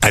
À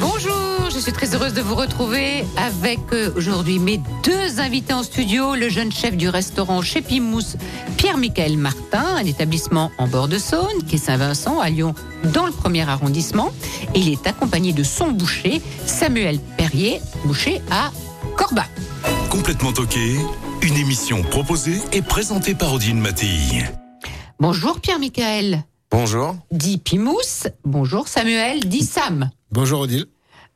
Bonjour, je suis très heureuse de vous retrouver avec euh, aujourd'hui mes deux invités en studio, le jeune chef du restaurant chez Pimousse, Pierre-Michael Martin, un établissement en bord de Saône, qui est Saint-Vincent, à Lyon, dans le premier arrondissement. Et il est accompagné de son boucher, Samuel Perrier, boucher à Corba. Complètement toqué, une émission proposée et présentée par Odile Mattei. Bonjour Pierre-Michael, Bonjour. dit Pimousse. Bonjour Samuel, dit Sam. Bonjour Odile.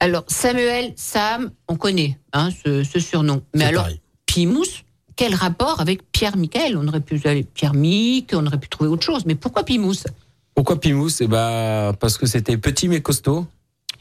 Alors Samuel, Sam, on connaît hein, ce, ce surnom. Mais C'est alors, pareil. Pimousse, quel rapport avec Pierre Michael On aurait pu aller Pierre Mic, on aurait pu trouver autre chose. Mais pourquoi Pimousse Pourquoi Pimousse Eh ben, parce que c'était petit mais costaud.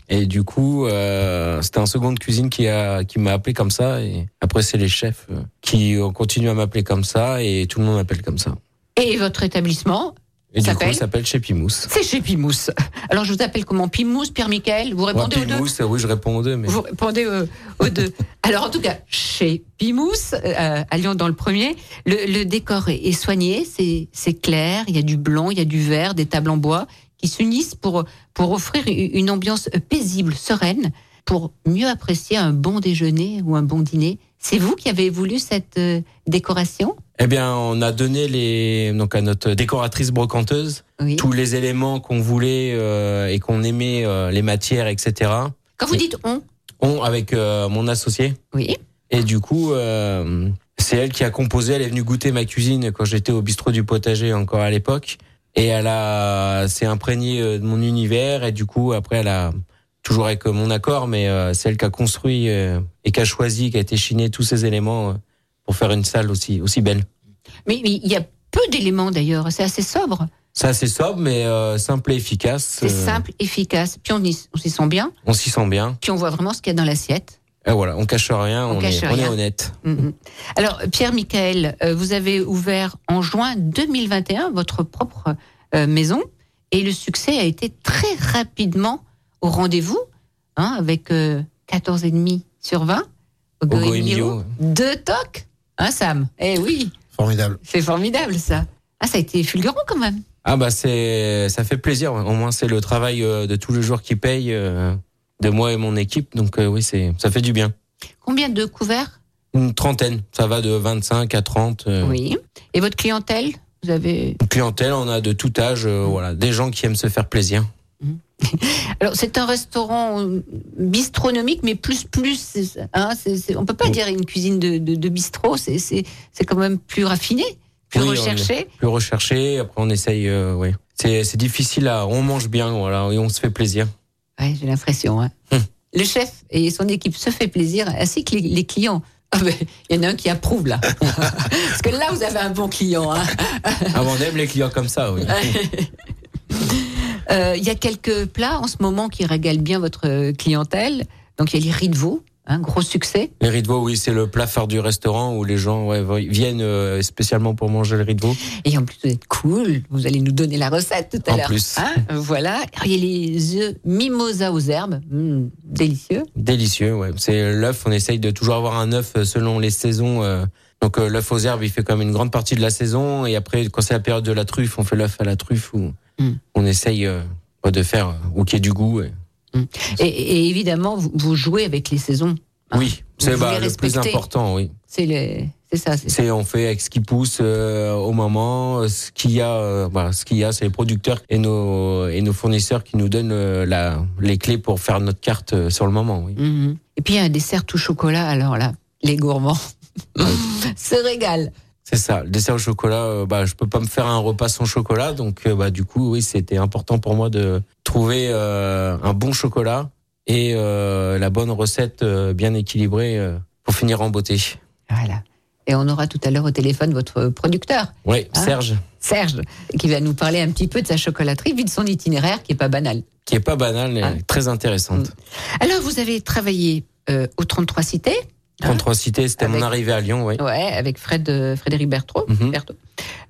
Et du coup, euh, c'était un second de cuisine qui a qui m'a appelé comme ça. Et après, c'est les chefs euh, qui ont continué à m'appeler comme ça et tout le monde m'appelle comme ça. Et votre établissement, Et du coup, S'appelle il s'appelle chez Pimousse. c'est chez Pimousse. Alors je vous appelle comment Pimousse, Pierre Michael Vous Moi, répondez aux deux Pimousse, euh, oui, je réponds aux deux, mais Vous répondez euh, aux deux. Alors en tout cas, chez Pimousse, euh, à Lyon dans le premier, le, le décor est, est soigné, c'est c'est clair, il y a du blanc, il y a du vert, des tables en bois qui s'unissent pour, pour offrir u- une ambiance paisible, sereine, pour mieux apprécier un bon déjeuner ou un bon dîner. C'est vous qui avez voulu cette euh, décoration eh bien, on a donné les donc à notre décoratrice brocanteuse Oui. tous les éléments qu'on voulait euh, et qu'on aimait, euh, les matières, etc. Quand vous dites on, On avec euh, mon associé. oui, Et du coup, euh, c'est elle qui a composé. Elle est venue goûter ma cuisine quand j'étais au bistrot du potager encore à l'époque. Et elle a, s'est imprégnée euh, de mon univers. Et du coup, après, elle a toujours avec euh, mon accord, mais euh, c'est elle qui a construit euh, et qui a choisi, qui a été chiné tous ces éléments euh, pour faire une salle aussi aussi belle. mais mais il y a peu d'éléments d'ailleurs, c'est assez sobre, C'est assez sobre, mais euh, simple et efficace. c'est Euh, simple, efficace, puis on y- on s'y sent bien, On s'y sent bien. puis on voit vraiment ce qu'il y a dans l'assiette. Et voilà, on cache rien. On On, cache est, on est rien. honnête. Mhm. Alors, Pierre Michael, euh, vous avez ouvert en juin 2021 votre propre euh, maison et le succès a été très rapidement au rendez-vous, hein, avec euh, 14,5 sur 20 au Go Go Emilio. Emilio. Deux tocs, hein, Sam Eh oui, Formidable. c'est formidable ça. Ah, ça a été fulgurant quand même. Ah bah c'est ça fait plaisir. ouais. Au moins c'est le travail euh, de tous les jours qui paye euh, de moi et mon équipe. Donc euh, oui c'est ça fait du bien. Combien de couverts Une trentaine, ça va de 25 à 30. euh, Oui. Et votre clientèle Vous avez une Clientèle, on a de tout âge. euh, voilà, des gens qui aiment se faire plaisir. Alors c'est un restaurant euh, bistronomique, mais plus plus. c'est- Hein, c'est- c'est- on peut pas Oui. dire une cuisine de, de, de bistrot. C'est c'est c'est quand même plus raffiné, plus Oui, on est- recherché. Plus recherché. Après on essaye. euh, ouais. C'est c'est difficile à. On mange bien. Voilà et on se fait plaisir. Ouais, j'ai l'impression. hein. Hum. Le chef et son équipe se fait plaisir, ainsi que les, les clients. Ah ben, Il y en a un qui approuve là, parce que là vous avez un bon client. hein. Ah, on aime les clients comme ça. Oui. Euh, Il y a quelques plats en ce moment qui régalent bien votre clientèle. Donc il y a les riz de veau, hein, gros succès. Les riz de veau, oui, c'est le plat phare du restaurant où les gens ouais, viennent euh, spécialement pour manger le riz de veau. Et en plus, vous êtes cool, vous allez nous donner la recette tout à En l'heure. plus. Hein voilà. Alors, Il y a les œufs mimosa aux herbes, Hum, délicieux. Délicieux, ouais. C'est l'œuf, on essaye de toujours avoir un œuf euh, selon les saisons. euh. Donc euh, l'œuf aux herbes, il fait quand même une grande partie de la saison. Et après, quand c'est la période de la truffe, on fait l'œuf à la truffe ou Mm. on essaye euh, de faire euh, ou qu'il y ait du goût. ouais. Et, et évidemment, vous, vous jouez avec les saisons. Ah, oui, c'est vous bah, voulez le plus respecter. important, oui. C'est le- c'est ça. c'est- C'est on fait avec ce qui pousse euh, au moment, euh, ce qu'il y a, euh, voilà, ce qu'il y a, c'est les producteurs et nos et nos fournisseurs qui nous donnent euh, la, les clés pour faire notre carte euh, sur le moment. Oui. Mhm. Et puis, il y a un dessert tout chocolat. Alors là, les gourmands se régalent. C'est ça, le dessert au chocolat, euh, bah, je peux pas me faire un repas sans chocolat, donc euh, bah, du coup, oui, c'était important pour moi de trouver euh, un bon chocolat et euh, la bonne recette euh, bien équilibrée euh, pour finir en beauté. Voilà. Et on aura tout à l'heure au téléphone votre producteur, Oui, Hein Serge, Serge, qui va nous parler un petit peu de sa chocolaterie, puis de son itinéraire qui est pas banal. qui est pas banale, mais Ah. très intéressante. Alors, vous avez travaillé euh, au 33 Cité, 33 Cité, c'était mon Avec- arrivée à Lyon, oui. Ouais, avec Fred, euh, Frédéric Berthaud. Mhm. Berthaud.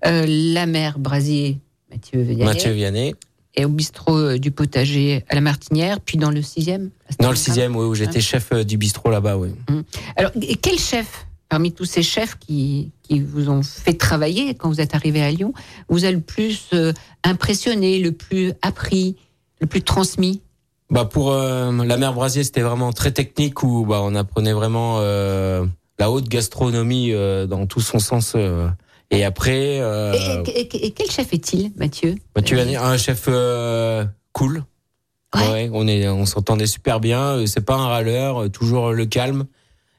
Euh, la mère Brasier, Mathieu Vianney. Mathieu Vianney. Et au bistrot euh, du potager à la Martinière, puis dans le 6e. Dans le sixième, oui, où Ah. j'étais chef euh, du bistrot là-bas, oui. Alors, et quel chef, parmi tous ces chefs qui, qui vous ont fait travailler quand vous êtes arrivé à Lyon, vous a le plus euh, impressionné, le plus appris, le plus transmis Bah pour euh, la mer Brasier, c'était vraiment très technique où bah on apprenait vraiment euh, la haute gastronomie euh, dans tout son sens. euh. et après, Et- euh, et, et- et quel chef est-il, Mathieu bah, tu as dit un chef euh, cool. Ouais. on est, on s'entendait super bien. euh, C'est pas un râleur, euh, toujours le calme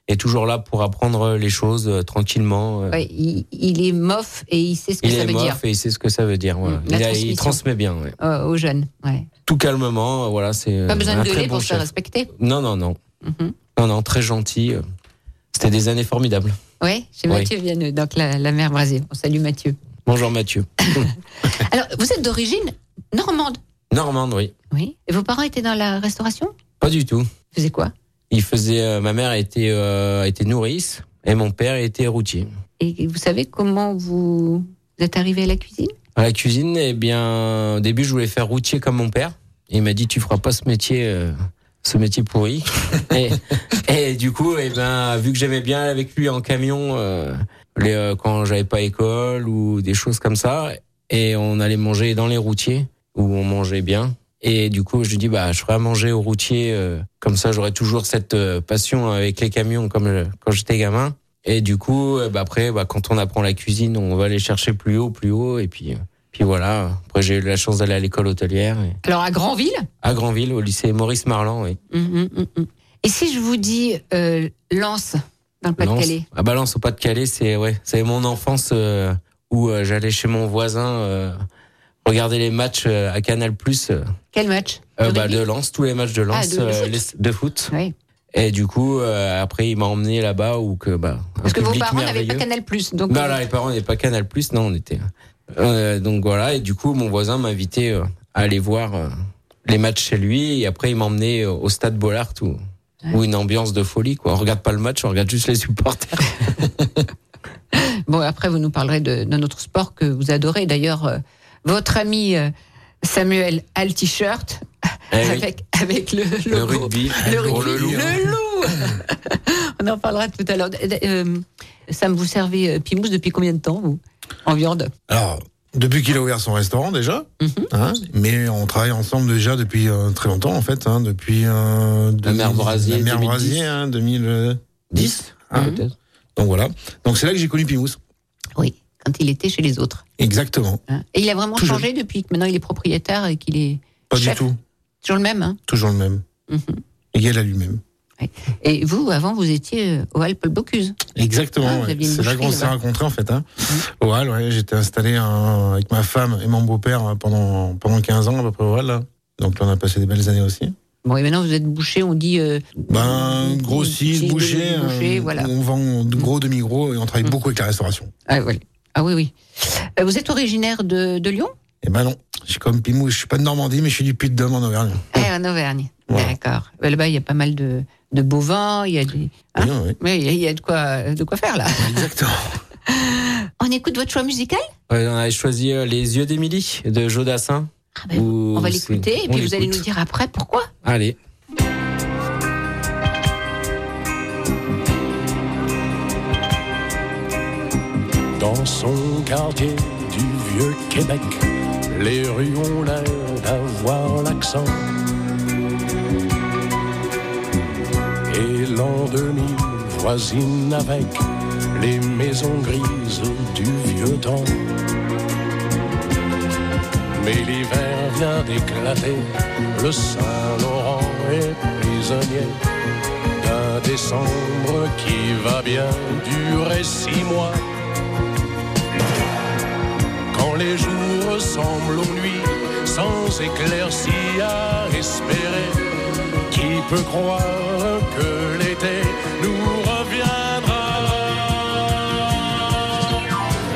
et toujours là pour apprendre les choses euh, tranquillement. euh. Ouais, il, il est mof et il sait ce que Il ça est veut dire mof et il sait ce que ça veut dire. voilà. Mm, Il, la a- il transmission. transmet bien, ouais. euh, aux jeunes. Ouais. tout calmement. euh, Voilà, c'est Pas euh, besoin un de très gueuler bon pour se faire chef. respecter. Non, non, non. Mhm. Non, non, très gentil. euh. C'était des années formidables. Ouais, chez Oui. Mathieu Vianneux, donc la, la mère Brasier. On salue Mathieu. Bonjour Mathieu. Alors, vous êtes d'origine normande, Normande, oui. oui Et vos parents étaient dans la restauration Pas du tout. Ils faisaient quoi Il faisait, euh, ma mère était, euh, était nourrice et mon père était routier. Et vous savez comment vous, vous êtes arrivé à la cuisine À la cuisine, eh bien, au début, je voulais faire routier comme mon père. Et il m'a dit, tu feras pas ce métier, euh, ce métier pourri. et, et du coup, eh ben, vu que j'aimais bien aller avec lui en camion, euh, les, euh, quand j'avais pas école ou des choses comme ça, et on allait manger dans les routiers où on mangeait bien. Et du coup, je lui dis, bah, je ferai à manger aux routiers, euh, comme ça, j'aurai toujours cette euh, passion avec les camions comme je- quand j'étais gamin. Et du coup, euh, bah, après, bah, quand on apprend la cuisine, on va aller chercher plus haut, plus haut, et puis, euh, puis voilà. Après, j'ai eu la chance d'aller à l'école hôtelière et- Alors, à Granville à Granville, au lycée Maurice Marlan, oui. Mhm, mhm, mhm. Et si je vous dis euh, Lens, dans le Pas-de-Calais À Balance Ah, bah, au Pas-de-Calais, c'est ouais, c'est mon enfance euh, où euh, j'allais chez mon voisin euh, regarder les matchs euh, à Canal Plus Quel match Le bah, rugby de Lens, tous les matchs de Lens Ah, de- de euh, foot. les- de foot. Oui. Et du coup, euh, après, il m'a emmené là-bas où que bah un Parce que vos public parents n'avaient merveilleux. pas Bah, Canal+. Donc, euh, Non, là, les parents n'avaient pas Canal Plus, non, on était. Euh, donc voilà, et du coup, mon voisin m'invitait euh, à aller voir euh, les matchs chez lui, et après, il m'emmenait euh, au stade Bollard où, où une ambiance de folie, quoi. On regarde pas le match, on regarde juste les supporters. Bon, après, vous nous parlerez de, de notre sport que vous adorez. D'ailleurs, euh, votre ami euh, Samuel a le t-shirt Eh oui, avec, avec le, le logo. rugby, Oh, Le pour rugby. le loup. Le loup. On en parlera tout à l'heure. Euh, Sam, vous servez euh, Pimousse depuis combien de temps, vous En viande Alors, depuis qu'il a ouvert son restaurant déjà, Mhm. hein, mais on travaille ensemble déjà depuis euh, très longtemps en fait, hein, depuis euh, La mère 2000, Brasier, la mère 2010. Brasier, hein, 2010. 10 Ah, peut-être. Donc voilà. Donc c'est là que j'ai connu Pimousse. Oui, quand il était chez les autres. Exactement. hein. Et il a vraiment Toujours. changé depuis que maintenant il est propriétaire et qu'il est Pas Chef. du tout. toujours le même. hein. Toujours le même. Mhm. Égal à lui-même. Et vous, avant, vous étiez euh, au Val Paul Bocuse. Exactement. Ah, vous ouais. aviez une C'est là boucherie qu'on s'est là-bas. Mmh. rencontrés en fait. Hein. Au Hall, ouais, j'étais installé hein, avec ma femme et mon beau-père hein, pendant, pendant 15 ans à peu près au Hall, là. Donc là, on a passé des belles années aussi. Bon, et maintenant vous êtes bouché, on dit. euh, Ben, grossi, boucher, boucher, demi- boucher, hein. euh, voilà. on vend de gros, demi-gros et on travaille Mm. beaucoup avec la restauration. Ah, voilà. Ah oui, oui. Euh, Vous êtes originaire de, de Lyon Et ben non, je suis comme Pimou, je suis pas de Normandie, mais je suis du Puy-de-Dôme en Auvergne. Ah, en Auvergne. Voilà. D'accord. Ben, Là-bas, il y a pas mal de, de bovins, il y a des. Ah. Oui, oui, Oui, il y a- il y a de quoi, de quoi faire là. exactement. On écoute votre choix musical Ouais, on avait choisi euh, Les Yeux d'Émilie de Jodassin. Ah ben, On va l'écouter et puis vous allez nous dire après pourquoi. Allez. Dans son quartier du vieux Québec, les rues ont l'air d'avoir l'accent. Et l'an demi voisine avec les maisons grises du vieux temps. Mais l'hiver vient d'éclater, le Saint-Laurent est prisonnier d'un décembre qui va bien durer six mois. Quand les jours ressemblent aux nuits, sans éclaircie à espérer, qui peut croire que l'été nous reviendra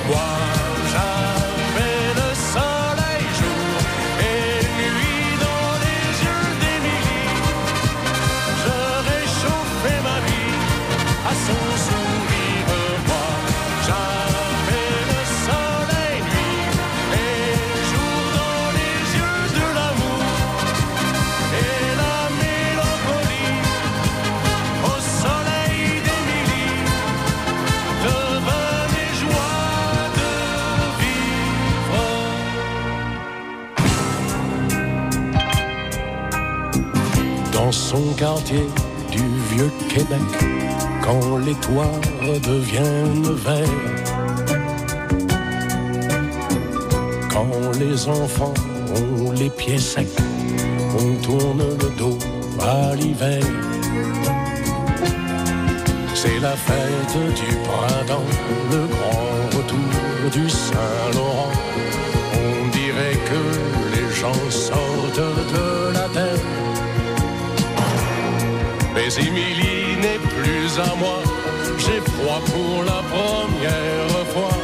Moi, j'avais le soleil jour et nuit dans les yeux d'Émilie. Je réchauffais ma vie à sa son quartier du vieux Québec, quand les toits deviennent verts, quand les enfants ont les pieds secs, on tourne le dos à l'hiver. C'est la fête du printemps, le grand retour du Saint-Laurent. On dirait que les gens sortent de la terre. Mais Émilie n'est plus à moi, j'ai froid pour la première fois.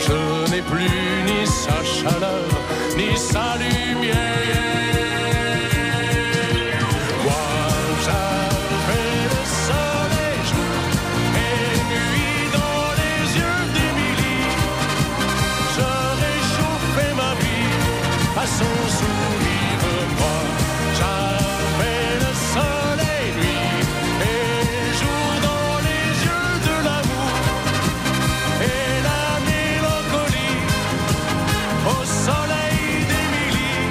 Je n'ai plus ni sa chaleur, ni sa lumière. Moi j'avais le soleil chaud et nuit dans les yeux d'Émilie. Je réchauffais ma vie à son sourire. Moi, j'avais le soleil, lui, et jour dans les yeux de l'amour et la mélancolie au soleil d'Émilie.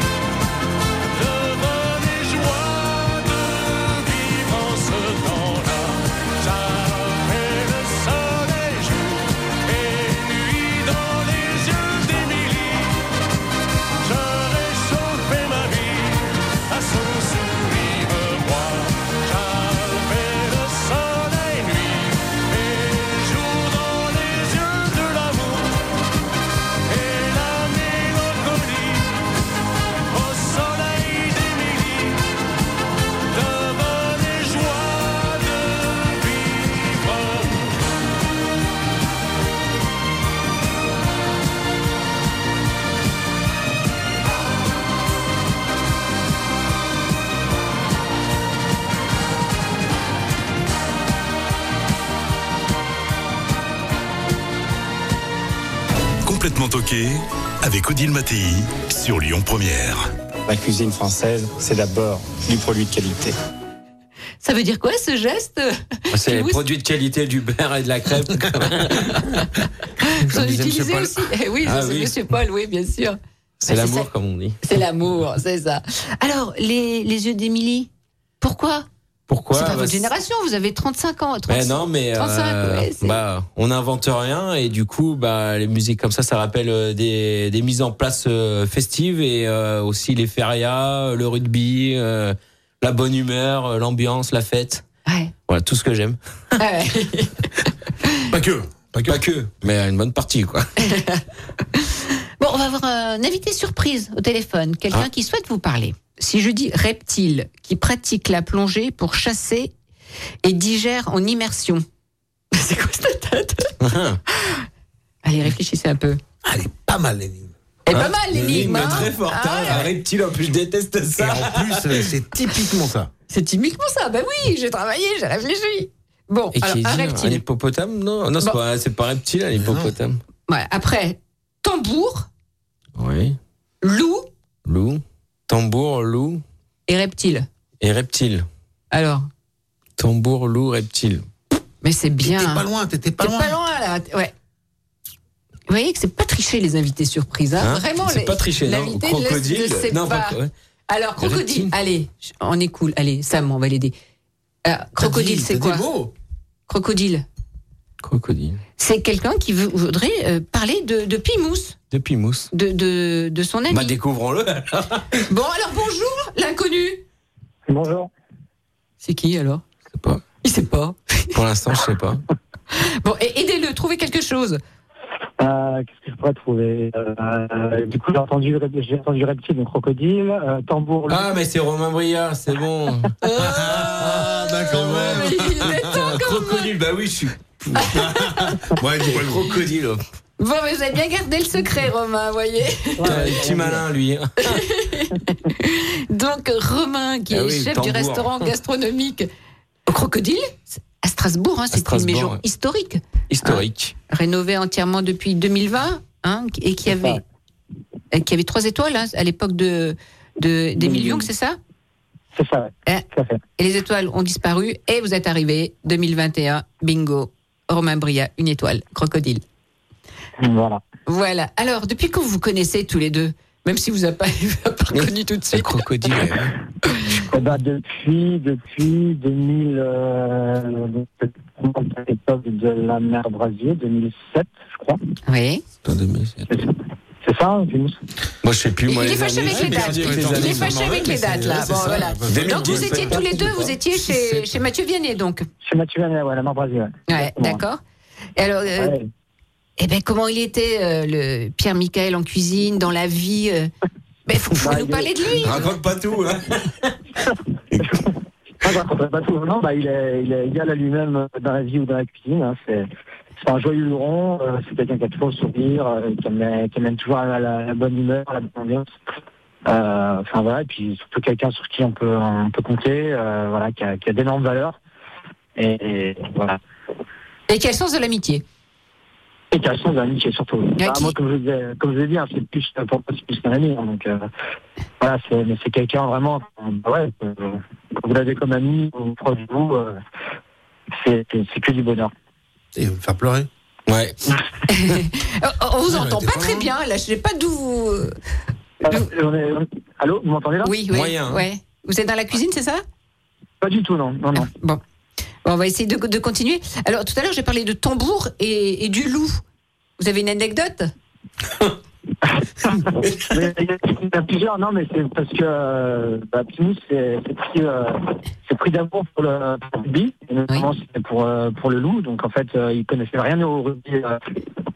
Devenez joie de vivre en ce temps-là. J'avais le soleil jour et nuit dans les yeux d'Émilie. Je réchauffais ma vie à son sourire. Moi, j'avais le soleil nuit et jour dans les yeux de l'amour et la mélancolie au soleil d'Émilie. Devenez joie de vivre. Complètement toqué avec Odile Mattei sur Lyon Première. La cuisine française, c'est d'abord du produit de qualité. Ça veut dire quoi ce geste Ah, C'est les Pimousse. produits de qualité du beurre et de la crêpe. Bah, Vous en disait utilisez Monsieur aussi Eh Oui, Ah c'est oui. Monsieur Paul, oui, bien sûr. C'est Bah, l'amour, ça. comme on dit. C'est l'amour, c'est ça. Alors, les, les yeux d'Émilie, pourquoi Pourquoi C'est pas Bah, votre génération, vous avez 35 ans. 36. Mais non, mais 35, euh, ouais, c'est- bah, on n'invente rien et du coup, bah, les musiques comme ça, ça rappelle euh, des, des mises en place euh, festives et euh, aussi les férias, le rugby, euh, la bonne humeur, euh, l'ambiance, la fête. Ouais. Ah Voilà, tout ce que j'aime. Ouais. Pas que. Pas que. Pas que, mais une bonne partie, quoi. Bon, on va avoir un invité surprise au téléphone, quelqu'un Ah. qui souhaite vous parler. Si je dis reptile, qui pratique la plongée pour chasser et digère en immersion. C'est quoi cette tête Allez, réfléchissez un peu. Elle est pas mal, l'énigme. Et pas mal l'énigme. hein très fort, Ah ouais. un reptile, en plus, je déteste Et ça. en plus, euh, c'est typiquement ça. C'est typiquement ça. Ben oui, j'ai travaillé, j'ai réfléchi. Bon, Et alors qui est un dit, un reptile. Bah. hippopotame Non, non c'est Bon. pas, c'est pas reptile, un hippopotame. Ouais, après, tambour, Oui. loup Loup, tambour, loup et reptile. et reptile. Alors, Tambour, loup, reptile. mais c'est T'étais bien. pas loin, t'étais pas T'es loin. pas loin là. Ouais. Vous voyez que c'est pas tricher les invités surprises, hein. Hein vraiment. C'est les- pas triché, non l'invité ne laisse- Crocodile ne sait Non, euh, pas. pas- ouais. Alors crocodile, Reptile. allez, ch- on est cool. Allez, Sam, on va l'aider. Euh, crocodile, c'est quoi Crocodile, Crocodile. c'est quelqu'un qui veut- voudrait euh, parler de, de Pimousse, Depuis mousse. de, de, de son ami. Bah, découvrons-le. Bon, alors bonjour, l'inconnu. Bonjour. C'est qui alors pas. Il sait pas. Pour l'instant, je sais pas. Bon, et- aidez-le, trouvez quelque chose. Euh, Qu'est-ce que je pourrais trouver Euh, Du coup, j'ai entendu, j'ai entendu reptile, donc crocodile, euh, tambour, Ah, mais c'est Romain Briard, c'est bon. Ah, bah quand Mais même. Oh, il est temps quand même. crocodile, bah oui, je suis. Ouais, dis-moi le gros. Crocodile. oh. Bon, mais vous avez bien gardé le secret, Romain, voyez. Putain, il est petit malin, lui. hein. Donc Romain, qui Ah est oui, chef du tambour. restaurant gastronomique au Crocodile, c'est à Strasbourg, hein, c'est une Strasbourg, maison ouais. historique, Historique. rénovée entièrement depuis 2020, hein, et qui avait, et qui avait trois étoiles hein, à l'époque de, de, des Mmh. millions, c'est ça c'est ça, ouais. Eh. Tout à fait. Et les étoiles ont disparu, et vous êtes arrivé 2021, bingo, Romain Bria, une étoile, Crocodile. Voilà. Voilà, alors depuis quand vous vous connaissez tous les deux même si vous n'avez pas, vous avez pas reconnu tout de C'est suite. crocodile. ouais. Eh ben, depuis, depuis 2000, euh, à l'époque de la mer Brasier, 2007, je crois. Oui. C'est ça, c'est ça hein, Vinous Moi, je sais plus. Il moi, est les fâché années, avec les mais- dates. mais- Il est fâché avec les dates, là. Bon, voilà. Donc, vous étiez tous les deux, vous étiez chez, chez Mathieu Vianney, donc. Chez Mathieu Vianney, ouais, la mer Brasier. Ouais. Ouais, Exactement. d'accord. Et alors, euh, Ouais. eh ben, comment il était, euh, le Pierre Michael en cuisine, dans la vie euh... Mais faut, faut Bah, nous il est- parler de lui. Raconte pas tout. Hein. Ah, je raconterai pas tout. Non, bah, il est, il est égal à lui-même euh, dans la vie ou dans la cuisine. hein. C'est, c'est un joyeux luron. euh, c'est quelqu'un qui a toujours le sourire, euh, qui amène, qui amène toujours la, la- la bonne humeur, la bonne ambiance. Euh, enfin voilà, et puis surtout quelqu'un sur qui on peut, on peut compter, euh, voilà, qui a, qui a d'énormes valeurs. Et, et voilà. Et quel sens de l'amitié Et qui a le sens de l'amitié surtout. Bah, qui- moi, comme je vous ai, comme je vous ai dit, hein, c'est plus euh, pour moi, c'est plus qu'un ami. hein, donc euh, voilà, c'est, mais c'est quelqu'un vraiment. euh, bah ouais, euh, quand vous l'avez comme ami, ou proche de vous, euh, c'est, c'est, c'est que du bonheur. Il va me faire pleurer. Ouais. Euh, On vous Ouais, Ah, entend t'es pas pas très loin. bien. Là, je sais pas d'où. vous- Euh, on est- on- Allô, vous m'entendez là Oui, oui. Moyen, hein. ouais. Vous êtes dans la cuisine, c'est ça Pas du tout, non, non, non. Bon. Bon, on va essayer de, de continuer. Alors, tout à l'heure, j'ai parlé de tambour et, et du loup. Vous avez une anecdote Mais Il y a- il y a plusieurs, non, mais c'est parce que euh, bah, Pinus s'est s'est pris, euh, s'est pris d'amour pour le pour le rugby, et notamment c'était pour, euh, pour le loup. Donc en fait, euh, il connaissait rien au rugby euh,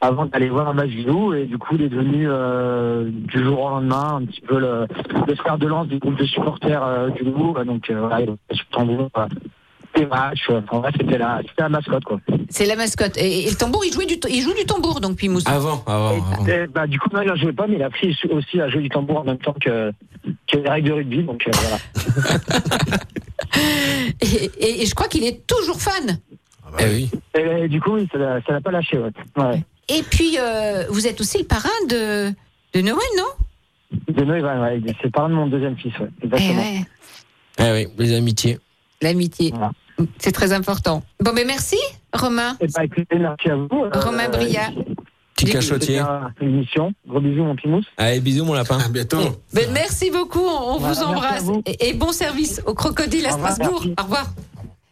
avant d'aller voir un match du loup, et du coup, il est devenu euh, du jour au lendemain un petit peu le, le fer de lance du groupe de supporters euh, du loup. Donc euh, voilà, il était sur le tambour, euh, des matchs, euh, enfin, ouais, c'était la, c'était la mascotte, quoi. C'est la mascotte. Et, et le tambour, il, jouait du, il joue du tambour, donc Pimousse. Ah. Avant, avant, avant. Et bah, du coup, non, il a joué pas, mais il a pris aussi à jouer du tambour en même temps que, que les règles de rugby. Donc euh, voilà. Et, et- et je crois qu'il est toujours fan. bah Eh oui. Et, du coup, oui, ça l'a ça l'a pas lâché. Ouais. Ouais. Et puis, euh, vous êtes aussi le parrain de, de Noël, non De Noël, ouais, ouais, c'est parent de mon deuxième fils. Ouais. Eh Exactement. ouais, Eh oui, les amitiés. L'amitié, Voilà. c'est très important. Bon, mais merci, Romain. Et bah, écoutez, merci à vous. Romain Bria. Petit Des- cachotier. C'était une émission. Gros bisous, mon Pimousse. Allez, bisous, mon lapin. À bientôt. Ben, merci beaucoup, on, on Voilà, vous merci à embrasse. vous. Et, et bon service au crocodile à Au revoir, Strasbourg. merci. Au revoir.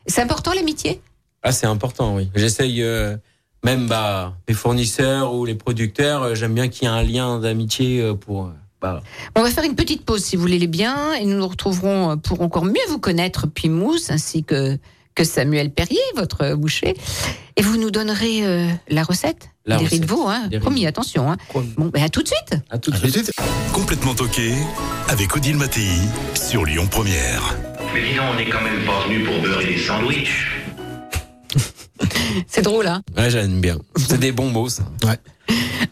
C'est important l'amitié Ah, c'est important, oui. J'essaye, euh, même bah, les fournisseurs ou les producteurs, euh, j'aime bien qu'il y ait un lien d'amitié euh, pour. euh, bah, On va faire une petite pause si vous voulez les bien et nous nous retrouverons euh, pour encore mieux vous connaître, Pimousse, ainsi que, que Samuel Perrier, votre euh, boucher. Et vous nous donnerez euh, la recette La des riz de recette. veau, hein. Des riz de promis, veau. attention. Hein. Bon, ben à tout de suite à tout de À suite. tout de suite. Complètement toqué avec Odile Mattei sur Lyon Première. Mais dis donc, on n'est quand même pas venu pour beurrer des sandwichs. C'est drôle, hein Ouais, j'aime bien. C'est des bons mots, ça.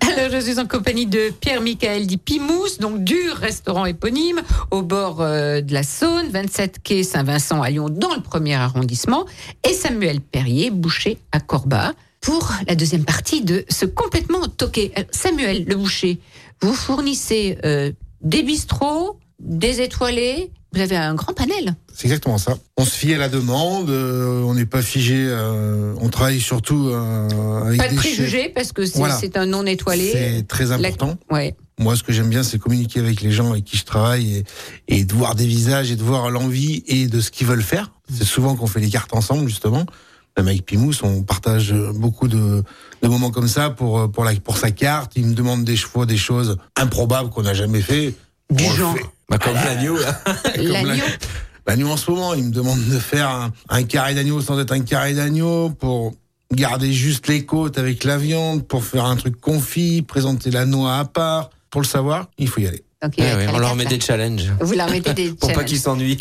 Alors, je suis en compagnie de Pierre-Michael dit Pimousse, donc du restaurant éponyme au bord euh, de la Saône, 27 quai Saint-Vincent à Lyon, dans le premier arrondissement, et Samuel Perrier, boucher à Corba, pour la deuxième partie de ce complètement toqué. Alors, Samuel, le boucher, vous fournissez euh, des bistrots, des étoilés, vous avez un grand panel. C'est exactement ça. On se fie à la demande, euh, on n'est pas figé, euh, on travaille surtout euh, avec Pas de des chefs. préjugés, parce que c'est Voilà. c'est un non étoilé. C'est très important. Ouais. Moi, ce que j'aime bien, c'est communiquer avec les gens avec qui je travaille et, et de voir des visages et de voir l'envie et de ce qu'ils veulent faire. C'est souvent qu'on fait les cartes ensemble, justement. Même avec Pimous, on partage beaucoup de, de moments comme ça pour, euh, pour, la, pour sa carte. Il me demande des fois des choses improbables qu'on n'a jamais fait. Du On le genre. fait. Bah, comme l'agneau, là. Comme la- L'agneau. L'agneau Bah, en ce moment, il me demande de faire un, un carré d'agneau sans être un carré d'agneau pour garder juste les côtes avec la viande, pour faire un truc confit, présenter la noix à part. Pour le savoir, il faut y aller. Donc, il Eh va être oui, à la on leur carte, met là. des challenges. Vous leur mettez des Pour pas challenges. qu'ils s'ennuient.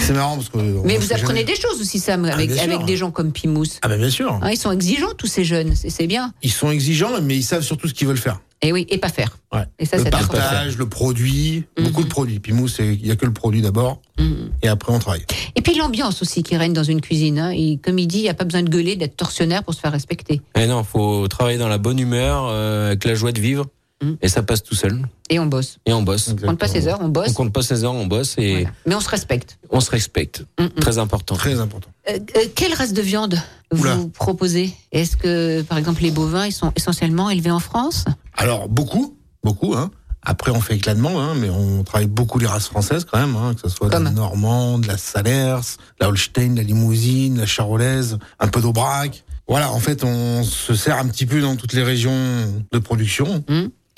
C'est marrant parce que. Mais on vous sait apprenez jamais. des choses aussi, Sam, avec, bien sûr. avec des gens comme Pimousse. Ah ben bien sûr. Hein, ils sont exigeants, tous ces jeunes, c'est c'est bien. Ils sont exigeants, mais ils savent surtout ce qu'ils veulent faire. Et oui, et pas faire. Ouais. Et ça, le c'est Mhm. important. partage, le produit, beaucoup de produits. Puis mousse, il n'y a que le produit d'abord, Mhm. et après on travaille. Et puis l'ambiance aussi qui règne dans une cuisine. hein. Et comme il dit, il n'y a pas besoin de gueuler, d'être tortionnaire pour se faire respecter. Mais non, faut travailler dans la bonne humeur, euh, avec la joie de vivre. Mm. Et ça passe tout seul. Et on bosse. Et on bosse. On compte pas ses Exactement. heures, on On bosse. compte pas ses heures, on bosse et Voilà. Mais on se respecte. on se respecte. Mm, mm. Très important. Très important. Euh, euh, quelle race de viande Oula. vous proposez Est-ce que, par exemple, les bovins, ils sont essentiellement élevés en France Alors beaucoup, beaucoup. Hein. Après, on fait avec l'allemand, hein, mais on travaille beaucoup les races françaises quand même, hein, que ce soit de la Comme normande, de la salers, de la holstein, de la limousine, de la charolaise, un peu d'aubrac. Voilà, en fait, on se sert un petit peu dans toutes les régions de production.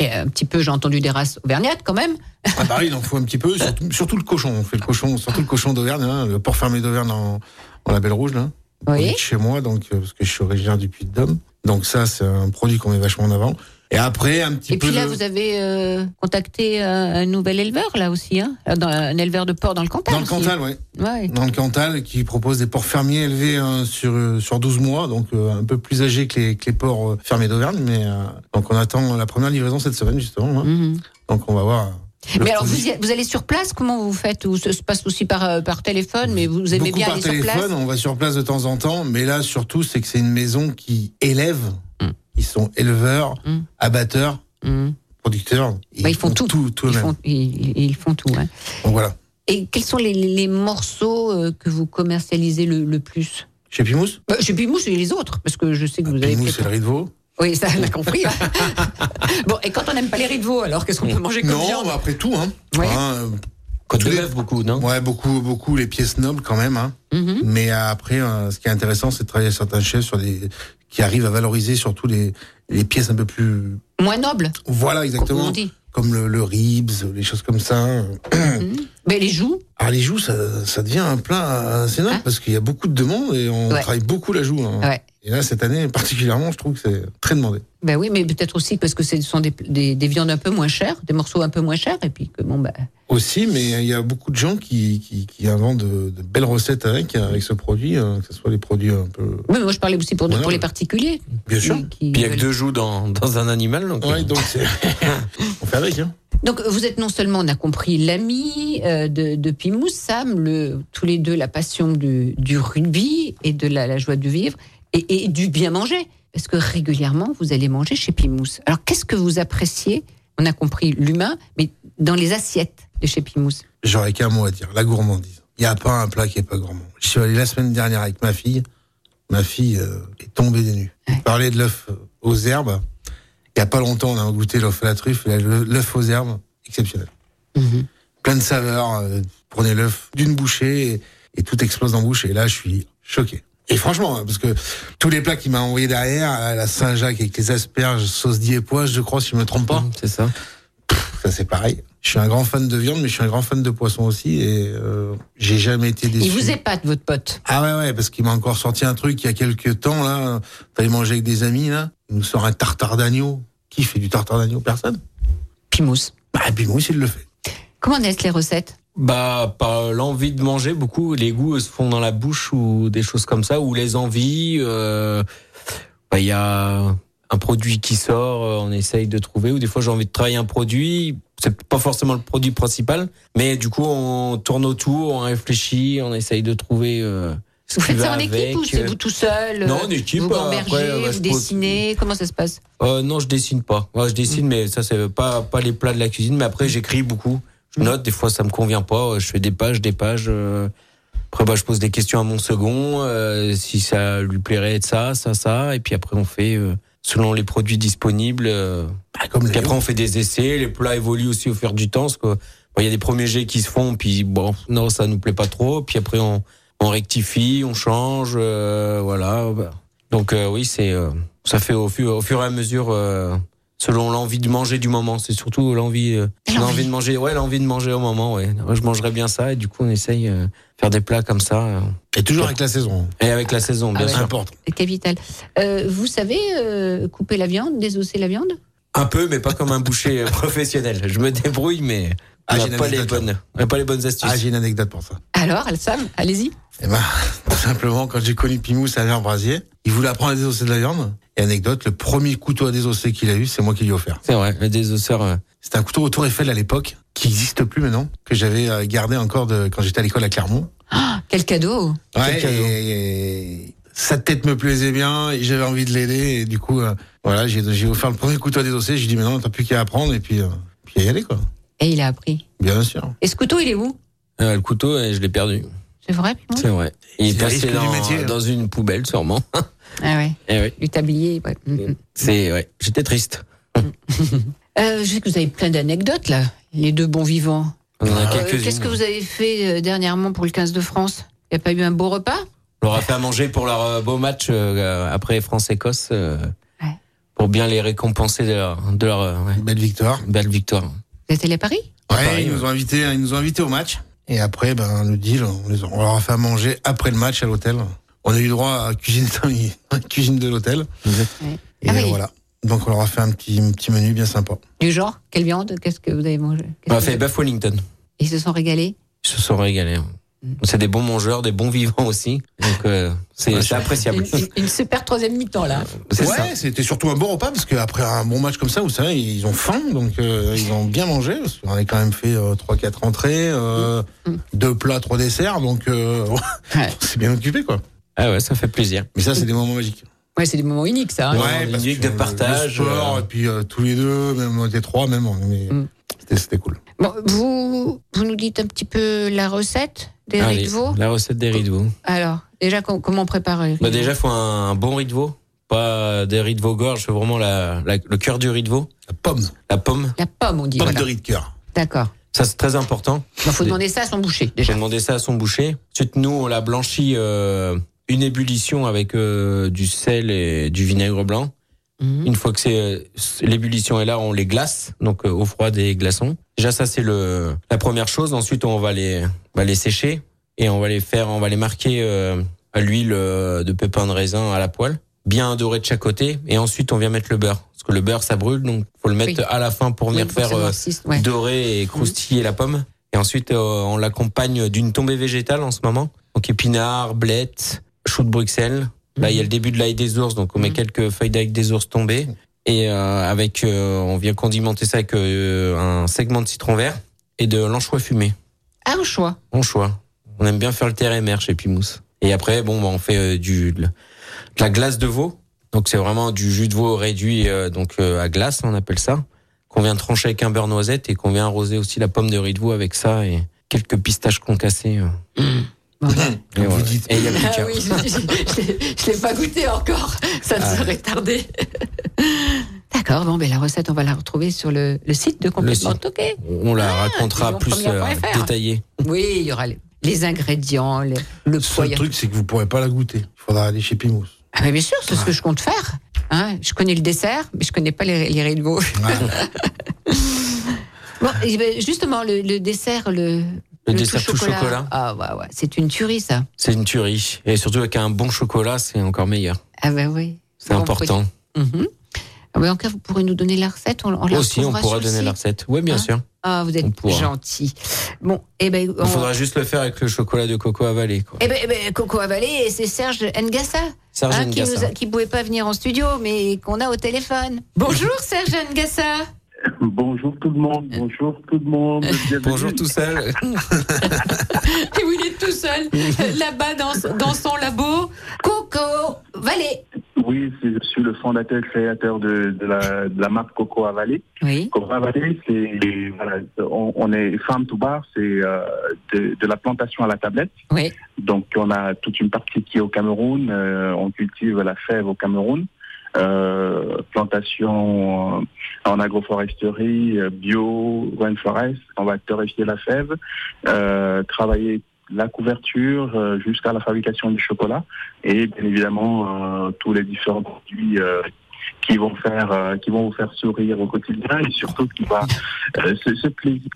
Et un petit peu, j'ai entendu des races auvergnates quand même. Ah bah oui, il en faut un petit peu, surtout, surtout le cochon. On fait le cochon, surtout le cochon d'Auvergne, hein, le porc fermé d'Auvergne en, en label rouge, là. Oui. produit de chez moi, donc euh, parce que je suis originaire du Puy-de-Dôme. Donc ça, c'est un produit qu'on met vachement en avant. Et après, un petit Et peu. puis là, de- vous avez euh, contacté euh, un, un nouvel éleveur là aussi, hein Dans- un éleveur de porc dans le Cantal. Dans le aussi. Cantal, ouais. Ouais. Dans le Cantal, qui propose des porcs fermiers élevés euh, sur, euh, sur 12 mois, donc euh, un peu plus âgés que les, que les porcs euh, fermiers d'Auvergne. Mais euh, donc on attend la première livraison cette semaine, justement. hein. Mhm. Donc on va voir. euh, le Mais alors, produit. vous, y- vous allez sur place Comment vous faites Ou ça se passe aussi par, euh, par téléphone Mais vous aimez Beaucoup bien par aller sur téléphone, place on va sur place de temps en temps, mais là surtout c'est que c'est une maison qui élève. Ils sont éleveurs, Mm. abatteurs, Mhm. producteurs. Bah, ils font tout. tout, Ils eux-mêmes. font, ils, ils- ils font tout. hein. Donc voilà. Et quels sont les, les- les morceaux euh, que vous commercialisez le, le plus Chez Pimousse bah, Chez Pimousse et les autres, parce que je sais que vous avez. Pimousse, peut-être- c'est le riz de veau. Oui, ça, on a compris. hein. bon, et quand on n'aime pas les riz de veau, alors qu'est-ce qu'on peut manger comme Non, viande bah, après tout, hein. Ouais. Hein, euh, Côte de Tous les- bœuf, beaucoup, non ouais, beaucoup, beaucoup les pièces nobles quand même. Hein. Mhm. Mais euh, après, euh, ce qui est intéressant, c'est de travailler avec certains chefs sur des qui arrivent à valoriser surtout les les pièces un peu plus. Moins noble, Voilà, comme exactement. on dit. Comme le, le ribs, les choses comme ça. Mais Ben, les joues, Alors les joues, ça, ça devient un plat assez noble Hein parce qu'il y a beaucoup de demandes et on Ouais. travaille beaucoup la joue. hein. Ouais. Et là, cette année particulièrement, je trouve que c'est très demandé. ben oui, mais peut-être aussi parce que ce sont des, des- des viandes un peu moins chères, des morceaux un peu moins chers, et puis que bon, bah, Aussi, mais il y a beaucoup de gens qui, qui, qui inventent de, de belles recettes avec, avec ce produit, hein, que ce soit les produits un peu. Oui, mais moi je parlais aussi pour, Ouais, pour les ouais. particuliers. Bien sûr. qui- qui Puis il y a que veulent- deux joues dans, dans un animal, donc. Ouais, euh, donc c'est. on fait avec, hein. Donc vous êtes non seulement, on a compris, l'ami euh, de, de Pimous, Sam, le, tous les deux la passion du, du rugby et de la, la joie de vivre et, et du bien manger. Parce que régulièrement, vous allez manger chez Pimousse. Alors qu'est-ce que vous appréciez On a compris l'humain, mais dans les assiettes de chez Pimousse. J'aurais qu'un mot à dire, la gourmandise. Il n'y a pas un plat qui est pas gourmand. Je suis allé la semaine dernière avec ma fille. Ma fille euh, est tombée des nues. Ouais. On parlait de l'œuf euh, aux herbes. Il n'y a pas longtemps, on a goûté l'œuf à la truffe. et là, le- L'œuf aux herbes, exceptionnel. Plein de saveurs. euh, prenez l'œuf d'une bouchée et, et tout explose en bouche. Et là, je suis choqué. Et franchement, hein, parce que tous les plats qu'il m'a envoyés derrière, euh, la Saint-Jacques avec les asperges, sauce diépoise, je crois, si je me trompe pas. Mm, C'est ça. Ça c'est pareil. Je suis un grand fan de viande, mais je suis un grand fan de poisson aussi, et euh, j'ai jamais été déçu. Il vous épate, votre pote. Ah ouais ouais, parce qu'il m'a encore sorti un truc il y a quelques temps là. T'allais manger avec des amis là. Il nous sort un tartare d'agneau. Qui fait du tartare d'agneau Personne. Pimousse. Bah et puis moi aussi il le fait. Comment naissent les recettes Bah, par l'envie de manger, beaucoup les goûts euh, se font dans la bouche ou des choses comme ça, ou les envies. euh, bah, Il y a un produit qui sort, euh, on essaye de trouver, ou des fois j'ai envie de travailler un produit. C'est pas forcément le produit principal, mais du coup on tourne autour, on réfléchit, on essaye de trouver. euh, ce Vous qui faites va ça en équipe avec, ou c'est euh, vous tout seul Non, euh, en équipe, euh, Vous gambergez, après, ouais, vous je pose- dessinez, comment ça se passe euh, non, je dessine pas. Ouais, je dessine, Hmm. mais ça, c'est pas, pas les plats de la cuisine. Mais après, j'écris beaucoup. Je note, des fois, ça me convient pas. euh, Je fais des pages, des pages. euh, Après, bah, je pose des questions à mon second. euh, si ça lui plairait, de ça, ça, ça. Et puis après, on fait, euh, selon les produits disponibles. euh, Bah, comme puis les après, on fait des essais. Les plats évoluent aussi au fur du temps. Parce que, bon, il y a des premiers jets qui se font. Puis bon, non, ça nous plaît pas trop. Puis après, on, on rectifie, on change. euh, voilà. bah. Donc euh, oui, c'est euh, ça fait au, fu- au fur et à mesure euh, selon l'envie de manger du moment. C'est surtout l'envie, euh, L'envie. l'envie de manger. Ouais, l'envie de manger au moment. Ouais, Ouais, je mangerai bien ça et du coup on essaye euh, faire des plats comme ça euh. Et toujours avec la saison. hein. et avec la saison bien Ah ouais. sûr. N'importe. C'est capital. Euh, vous savez euh, couper la viande, désosser la viande Un peu, mais pas comme un boucher euh, professionnel. Je me débrouille, mais on Ah, j'ai n'a une pas les anecdote, là. bonnes, on n'a pas les bonnes astuces. Ah j'ai une anecdote pour ça. Alors, Sam, allez-y. Eh ben, tout simplement, quand j'ai connu Pimousse à l'air brasier, il voulait apprendre à désosser de la viande. Et anecdote, le premier couteau à désosser qu'il a eu, c'est moi qui lui ai offert. C'est vrai, le désosseur. euh, C'était un couteau au Tour Eiffel à l'époque, qui n'existe plus maintenant, que j'avais euh, gardé encore de, quand j'étais à l'école à Clermont. Quel cadeau Ouais, Quel cadeau. et- et sa tête me plaisait bien, et j'avais envie de l'aider, et du coup, euh, voilà, j'ai j'ai offert le premier couteau à désosser, j'ai dit, mais non, t'as plus qu'à apprendre, et puis, euh, puis à y aller, quoi. Et il a appris. Bien sûr. Et ce couteau, il est où euh, le couteau, euh, je l'ai perdu. C'est vrai Pimou C'est vrai. Il C'est est le risque passé du dans, métier, hein. dans une poubelle, sûrement. Ah ouais, Eh oui. du tablier. ouais. Mm, mm. C'est ouais. J'étais triste. Euh, je sais que vous avez plein d'anecdotes, là, les deux bons vivants. On en a Euh, quelques-unes. Qu'est-ce que vous avez fait euh, dernièrement pour le 15 de France Il n'y a pas eu un beau repas On leur a fait à manger pour leur euh, beau match euh, après France-Écosse euh, Ouais. pour bien les récompenser de leur, de leur euh, ouais, Une belle victoire. belle victoire. Vous êtes allé à Paris Ouais, Pareil, ils nous ont invités, ils nous ont invités au match. Et après, ben, le deal, on, les a- on leur a fait à manger après le match à l'hôtel. On a eu droit à cuisine dans les- dans la cuisine de l'hôtel. Ouais. Et Ah oui. voilà. Donc on leur a fait un petit, un petit menu bien sympa. Du genre Quelle viande Qu'est-ce que vous avez mangé Qu'est-ce On a que- Bah, fait bœuf Wellington. Ils se sont régalés Ils se sont régalés. hein. Mm. C'est des bons mangeurs, des bons vivants aussi. Donc euh, c'est c'est appréciable. une, une- une super troisième mi-temps, là. C'est ça. Ouais, c'était surtout un bon repas parce qu'après un bon match comme ça, vous savez, ils ont faim, donc euh, ils ont bien mangé. Parce qu'on a quand même fait euh, trois, quatre entrées, euh, deux plats, trois desserts, donc euh, Mm. Ouais. c'est bien occupé quoi. Ah ouais, ça fait plaisir. Mais ça, c'est des moments magiques. Ouais, c'est des moments uniques, ça. hein. Ouais, parce que le euh, le sport, sport, et puis euh, tous les deux, même on était trois, même. Mais Mm. c'était cool. Bon, vous, vous nous dites un petit peu la recette des riz Allez, de veau La recette des riz de veau. Alors, déjà, com- comment préparer Bah déjà, faut un, un bon riz de veau, pas des riz de veau gorge, faut vraiment la, la- le cœur du riz de veau, La pomme, la pomme. La pomme, on dit. pomme voilà. de riz de cœur. D'accord. Ça c'est très important. Il faut demander ça à son boucher, J'ai déjà. demandé ça à son boucher. Ensuite, nous, on l'a blanchi euh, une ébullition avec euh, du sel et du vinaigre blanc. Mhm. Une fois que c'est euh, l'ébullition est là, on les glace, donc euh, au froid des glaçons. Déjà ça c'est le la première chose. Ensuite on va les on va les sécher et on va les faire, on va les marquer euh, à l'huile euh, de pépins de raisin à la poêle, bien doré de chaque côté. Et ensuite on vient mettre le beurre parce que le beurre ça brûle, donc faut le mettre Oui. à la fin pour Oui, venir pour faire savoir euh, si- ouais. Mhm. dorer et croustiller la pomme. Et ensuite, euh, on l'accompagne d'une tombée végétale en ce moment. Donc épinards, blettes, choux de Bruxelles. Là, il y a le début de l'ail des ours, donc on met Mhm. quelques feuilles d'ail des ours tombées. Et euh, avec, euh, on vient condimenter ça avec euh, un segment de citron vert et de l'anchois fumé. Ah, au choix. Anchois. On aime bien faire le terre mère chez Pimousse. Et après, bon, bah, on fait euh, du, de la- de la glace de veau. Donc c'est vraiment du jus de veau réduit euh, donc euh, à glace, on appelle ça, qu'on vient trancher avec un beurre noisette et qu'on vient arroser aussi la pomme de riz de veau avec ça et quelques pistaches concassées. euh. Et Mmh. Comme vous voilà. dites. Et il y a plus Ah qu'à. oui, je ne l'ai pas goûté encore. Ça ne Ah. serait tardé. D'accord, bon, ben, la recette, on va la retrouver sur le, le site de Complètement site. Toqué. On la Ah, racontera disons plus euh, première.fr. détaillée. Oui, il y aura les, les ingrédients, le, le poids. il Le y seul a- truc, c'est que vous pourrez pas la goûter. Il faudra aller chez Pimous. Ah, mais bien sûr, c'est ce que je compte faire. Hein, je connais le dessert, mais je connais pas les, les riz de veau. Bon, et ben, justement, le, le dessert, le, Le dessert tout tout chocolat, Ah, ouais, ouais, c'est une tuerie, ça. c'est une tuerie. Et surtout avec un bon chocolat, c'est encore meilleur. Ah, ben oui. C'est Bon important. produit. Mhm. Ah, ben, en cas, vous pourrez nous donner la recette. On, on la Aussi, on retrouvera pourra sur le donner la site. recette. Oui, bien Hein sûr. Ah, vous On êtes pourra. gentil. Bon, eh ben, on- Il faudra juste le faire avec le chocolat de coco avalé. Quoi. eh ben, eh ben, Coco Avalé, et c'est Serge Ngassa. Serge hein, qui, Ngassa. nous a- qui pouvait pas venir en studio, mais qu'on a au téléphone. Bonjour Serge Ngassa. Bonjour tout le monde, bonjour tout le monde. Bonjour tout seul. Et où il est tout seul, là-bas dans, dans son labo. Coco, Valé. Oui, c'est- je suis le fondateur et créateur de, de la, de la marque Coco à Vallée. Oui. Coco à Vallée, c'est, voilà, on, on est farm to bar, c'est euh, de, de la plantation à la tablette. Oui. Donc, on a toute une partie qui est au Cameroun. euh, on cultive la fève au Cameroun. Euh, plantation euh, en agroforesterie, euh, bio, rainforest. On va torréfier la fève, euh, travailler la couverture euh, jusqu'à la fabrication du chocolat et bien évidemment euh, tous les différents produits euh, qui vont faire euh, qui vont vous faire sourire au quotidien et surtout qui va euh, ce, ce plaisir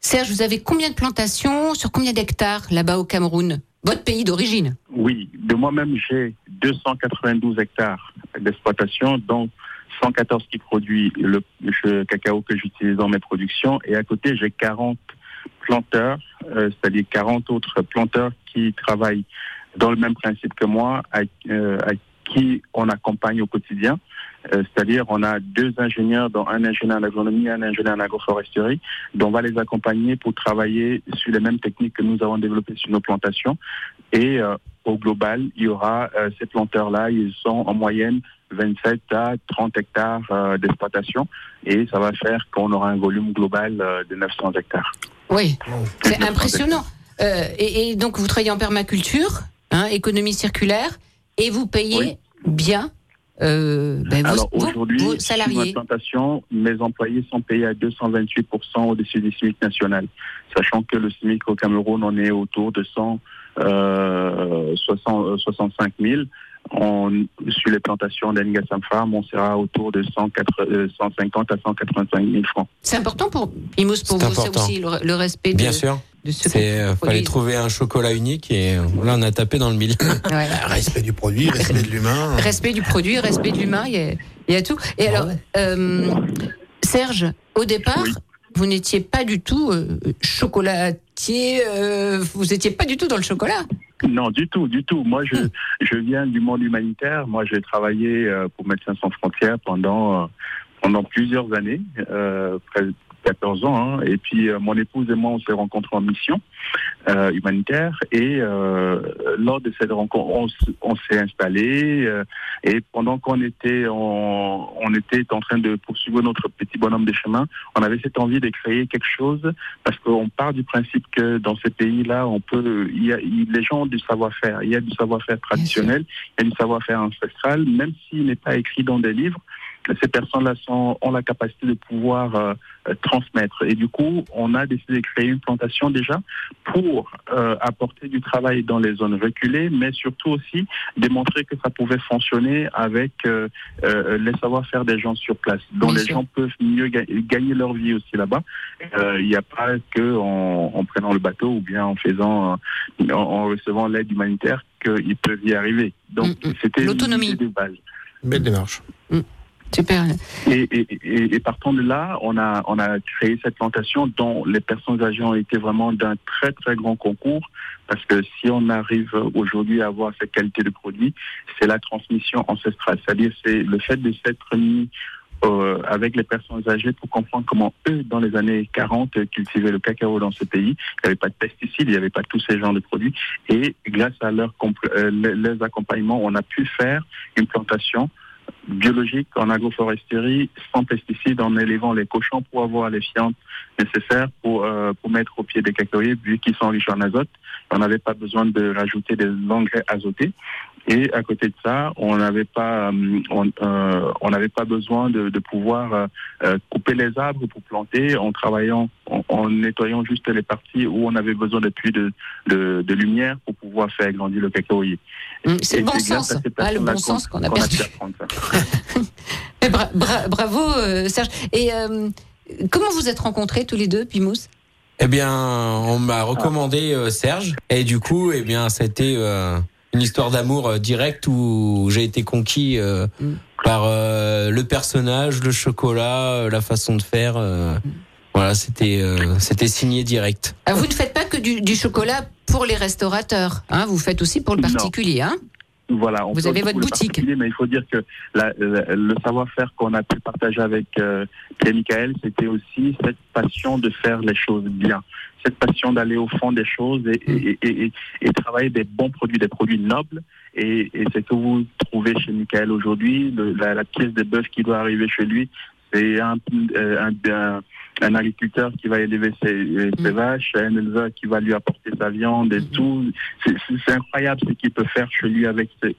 Serge, vous avez combien de plantations sur combien d'hectares là-bas au Cameroun Votre pays d'origine. Oui, de moi-même, j'ai 292 hectares d'exploitation, dont 114 qui produit le, le cacao que j'utilise dans mes productions. Et à côté, j'ai 40 planteurs, euh, c'est-à-dire 40 autres planteurs qui travaillent dans le même principe que moi, à, euh, à qui on accompagne au quotidien. Euh, c'est-à-dire, on a deux ingénieurs, dont un ingénieur en agronomie et un ingénieur en agroforesterie, dont on va les accompagner pour travailler sur les mêmes techniques que nous avons développées sur nos plantations. Et euh, au global, il y aura euh, ces planteurs-là, ils sont en moyenne 27 à 30 hectares euh, d'exploitation et ça va faire qu'on aura un volume global euh, de 900 hectares. Oui. C'est 900 impressionnant. Euh, et, et donc vous travaillez en permaculture, hein, économie circulaire, et vous payez Oui. bien euh, ben, vos- Alors vos, aujourd'hui, vos sur ma salariés. plantation, mes employés sont payés à 228% au-dessus du SMIC national, sachant que le SMIC au Cameroun, on est autour de 100, euh, 60, euh, 65 000. On, sur les plantations d'Engassam Farm, on sera autour de 104, euh, 150 à 185 000 francs. C'est important pour Pimous, pour C'est vous, c'est important. aussi le, le respect de, Bien sûr. de ce que C'est euh, fallait produisez. trouver un chocolat unique et euh, là on a tapé dans le mille. Ouais. Respect du produit, respect de l'humain. Respect du produit, respect de l'humain, il y, a- il y a tout. Et alors, euh, Serge, au départ, Oui. vous n'étiez pas du tout euh, chocolatier, euh, vous n'étiez pas du tout dans le chocolat. Non, du tout, du tout. Moi, je, je viens du monde humanitaire. Moi, j'ai travaillé euh, pour Médecins sans frontières pendant, euh, pendant plusieurs années, euh, près de 14 ans. hein. Et puis, euh, mon épouse et moi, on s'est rencontrés en mission euh, humanitaire. Et euh, lors de cette rencontre, on, s- on s'est installé. euh, et pendant qu'on était, en- on était en train de poursuivre notre petit bonhomme de chemin, on avait cette envie de créer quelque chose parce qu'on part du principe que dans ces pays-là, on peut, il y a, il- les gens ont du savoir-faire. Il y a du savoir-faire traditionnel, il y a du savoir-faire ancestral, même s'il n'est pas écrit dans des livres. Ces personnes-là sont- ont la capacité de pouvoir euh, euh, transmettre. Et du coup, on a décidé de créer une plantation déjà pour euh, apporter du travail dans les zones reculées, mais surtout aussi démontrer que ça pouvait fonctionner avec euh, euh, les savoir-faire des gens sur place, dont Bien les sûr. gens peuvent mieux ga- gagner leur vie aussi là-bas. Euh, Il n'y a pas que en, en prenant le bateau ou bien en faisant, euh, en, en recevant l'aide humanitaire qu'ils peuvent y arriver. Donc Mm, mm. c'était L'autonomie. l'idée de base. Belle démarche. Super. Et, et, et, et partant de là, on a, on a créé cette plantation dont les personnes âgées ont été vraiment d'un très très grand concours parce que si on arrive aujourd'hui à avoir cette qualité de produit, c'est la transmission ancestrale. C'est-à-dire c'est le fait de s'être mis euh, avec les personnes âgées pour comprendre comment eux, dans les années 40, euh, cultivaient le cacao dans ce pays. Il n'y avait pas de pesticides, il n'y avait pas tous ces genres de produits. Et grâce à leurs compl- euh, les- leurs accompagnements, on a pu faire une plantation biologique en agroforesterie sans pesticides en élevant les cochons pour avoir les fientes nécessaires pour, euh, pour mettre au pied des cacaoyers vu qu'ils sont riches en azote. On n'avait pas besoin de rajouter des engrais azotés. Et à côté de ça, on n'avait pas, euh, on, euh, on n'avait pas besoin de, de pouvoir euh, euh, couper les arbres pour planter en travaillant, en, en nettoyant juste les parties où on avait besoin de pluie de, de, de lumière pour pouvoir faire grandir le cacaoyer. Mm, C'est Et le bon grâce sens, à ces Ah, le personnes-là bon sens qu'on a qu'on perdu. pu apprendre ça. Mais bra- bra- bravo euh, Serge. Et euh, comment vous êtes rencontrés tous les deux, Pimous Eh bien, on m'a recommandé euh, Serge et du coup, eh bien, c'était euh, une histoire d'amour euh, directe où j'ai été conquis euh, Mm. par euh, le personnage, le chocolat, euh, la façon de faire. euh, Mm. Voilà, c'était euh, c'était signé direct. Ah, Vous ne faites pas que du, du chocolat pour les restaurateurs, hein, vous faites aussi pour le Non. particulier. Hein Voilà, on Vous peut avez aussi votre le boutique. particulier, Mais il faut dire que la- la- le savoir-faire qu'on a pu partager avec euh, Pierre Michael, c'était aussi cette passion de faire les choses bien, cette passion d'aller au fond des choses et, Mm. et, et- et- et travailler des bons produits, des produits nobles. Et, et c'est ce que vous trouvez chez Michael aujourd'hui, le- la, la pièce de bœuf qui doit arriver chez lui, c'est un, euh, un- un- un agriculteur qui va élever ses, euh, ses Mm. vaches, un éleveur qui va lui apporter sa viande et Mm. tout. C'est- C'est c'est incroyable ce qu'il peut faire chez lui avec. ce-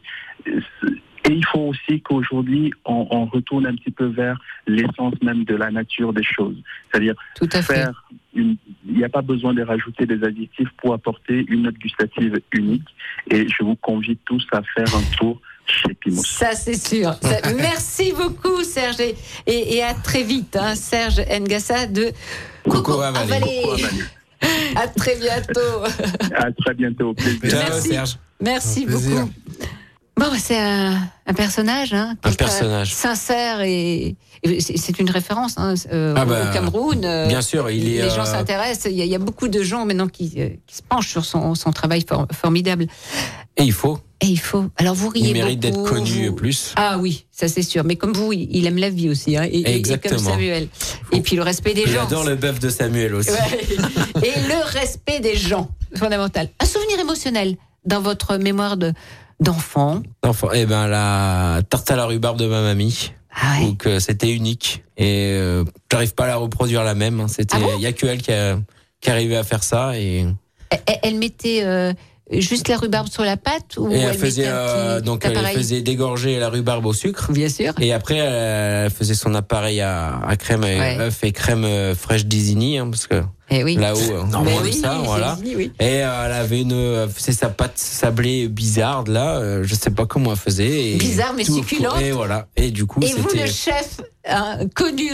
ce- Et il faut aussi qu'aujourd'hui, on, on retourne un petit peu vers l'essence même de la nature des choses. C'est-à-dire Tout à fait. faire une- Il n'y a pas besoin de rajouter des additifs pour apporter une note gustative unique. Et je vous convie tous à faire un tour chez Pimos. Ça, c'est sûr. Ça- merci beaucoup, Serge. Et, et- et à très vite, hein, Serge Ngassa de Coco Coco Avalé. Avalé. À très bientôt. À très bientôt. Au plaisir. Ciao, Merci. Serge. Merci Un plaisir. beaucoup. Bon, bah, c'est un, un personnage. Hein, Un quelqu'un personnage. Sincère et, et c'est c'est une référence hein, euh, Ah bah, au Cameroun. euh, Bien sûr, il est. les gens euh, s'intéressent. Il y, a- il y a beaucoup de gens maintenant qui, euh, qui se penchent sur son, son travail for- formidable. et il faut. Et il faut. Alors vous riez Il mérite d'être beaucoup, connu vous- plus. Ah oui, ça c'est sûr. Mais comme vous, il il aime la vie aussi, hein, et- et, et Exactement. comme Samuel. Et puis le respect des Il gens. adore le bœuf de Samuel aussi. Ouais. et le respect des gens, fondamental. Un souvenir émotionnel dans votre mémoire de d'enfant. Enfin, eh ben la tarte à la rhubarbe de ma mamie. Ah ouais. Donc euh, c'était unique et euh, j'arrive pas à la reproduire la même. hein. C'était Ah il y a que elle qui, a- qui arrivait à faire ça et Elle, elle mettait euh, juste la rhubarbe sur la pâte ou Et elle mettait faisait, un euh, petit donc elle appareil faisait dégorger la rhubarbe au sucre. Bien sûr. Et après, elle faisait son appareil à, à crème et Ouais. œuf et crème euh, fraîche d'Isigny, hein, parce que Eh oui. là-haut, on Mais mange oui, ça, c'est voilà. Disney, oui. Et euh, elle avait une, euh, c'est sa pâte sablée bizarre là, euh, je sais pas comment elle faisait. Et Bizarre, mais tout- succulente. Et voilà. Et du coup, Et vous, c'était. le chef hein, connu,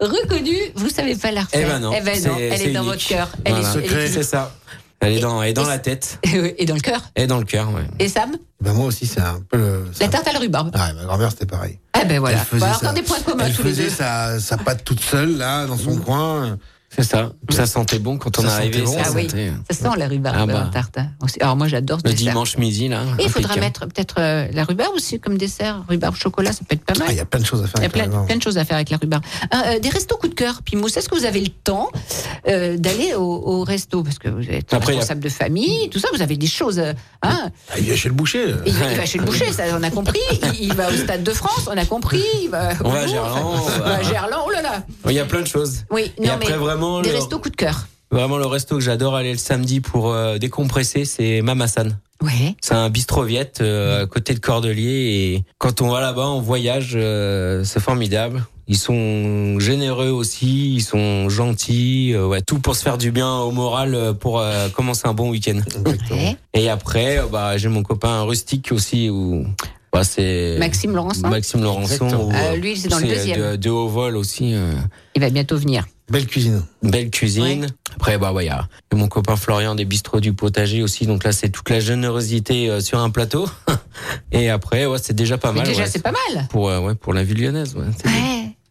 reconnu, vous savez pas la refaire. Eh ben non, non, c'est- elle est, c'est dans unique. votre cœur. Elle Voilà. est- elle est- c'est ça. Elle est dans, elle est dans la tête et dans le cœur. et dans le cœur. Ouais. Et Sam, Ben moi aussi, c'est un peu le. c'est la un- tarte à la rhubarbe. Ouais, ma grand-mère, c'était pareil. Eh ben voilà. Elle faisait Voilà, ça. encore des points communs Elle tous les faisait deux. sa, sa pâte toute seule, là, dans son coin. C'est ça. Ça sentait bon quand on Ça est arrivé. sentait bon, ça Ah oui. sentait- Ça sent la rhubarbe Ah bah. en tarte. hein. Aussi- Alors moi j'adore ce Le dessert. dimanche midi là. Et il faudra impeccable. mettre peut-être euh, la rhubarbe aussi comme dessert. Rhubarbe chocolat, ça peut être pas Ah, mal. Il y a plein de choses à faire. Il y a avec la plein, grand-mère. plein de choses à faire avec la rhubarbe. Ah, euh, des restos coup de cœur, Pimousse. Est-ce que vous avez le temps euh, d'aller au, au resto Parce que vous êtes Après, responsable de famille, tout ça, vous avez des choses. euh, Hein Ah, il y a chez le boucher. il, il va chez le boucher, ça, on a compris. Il, il va au Stade de France, on a compris. Il va, On va à au- Gerland, enfin, on va- on va à Gerland, oh là là. Il y a plein de choses. Oui, et non, après mais vraiment, des le, restos coup de cœur. vraiment le resto que j'adore aller le samedi pour euh, décompresser, c'est Mamasan. Ouais. C'est un bistroviette euh, à côté de Cordelier et quand on va là-bas, on voyage, euh, c'est formidable. Ils sont généreux aussi, ils sont gentils, euh, ouais, tout pour se faire du bien au moral euh, pour euh, commencer un bon week-end. ouais. Et après, euh, bah, j'ai mon copain rustique aussi où bah, c'est Maxime Laurence, hein. Maxime Laurençon. Exactement. où, Euh, euh, lui, c'est dans le deuxième. De, de haut vol aussi. euh, Il va bientôt venir. Belle cuisine. belle cuisine. Après, bah, ouais, il y a mon copain Florian des bistrots du potager aussi. Donc là, c'est toute la générosité euh, sur un plateau. Et après, ouais, c'est déjà pas Mais mal. déjà, ouais. c'est pas mal. pour, euh, ouais, pour la ville lyonnaise. Ouais. C'est bien. Ouais.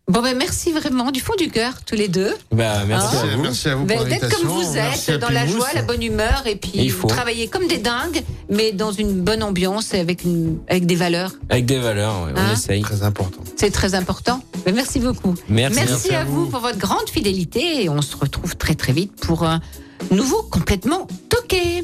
Bon, ben merci vraiment du fond du cœur, tous les deux. Bah, merci Ah. à vous. Merci à vous Ben, pour D'être comme l'invitation. vous Merci à êtes, dans la Pimousse. joie, la bonne humeur, et puis Il faut. travailler comme des dingues, mais dans une bonne ambiance et avec, une, avec des valeurs. Avec des valeurs, ouais, Hein on essaye. Très important. C'est très important. Ben, merci beaucoup. Merci. à vous pour votre grande fidélité, et on se retrouve très très vite pour un nouveau complètement toqué.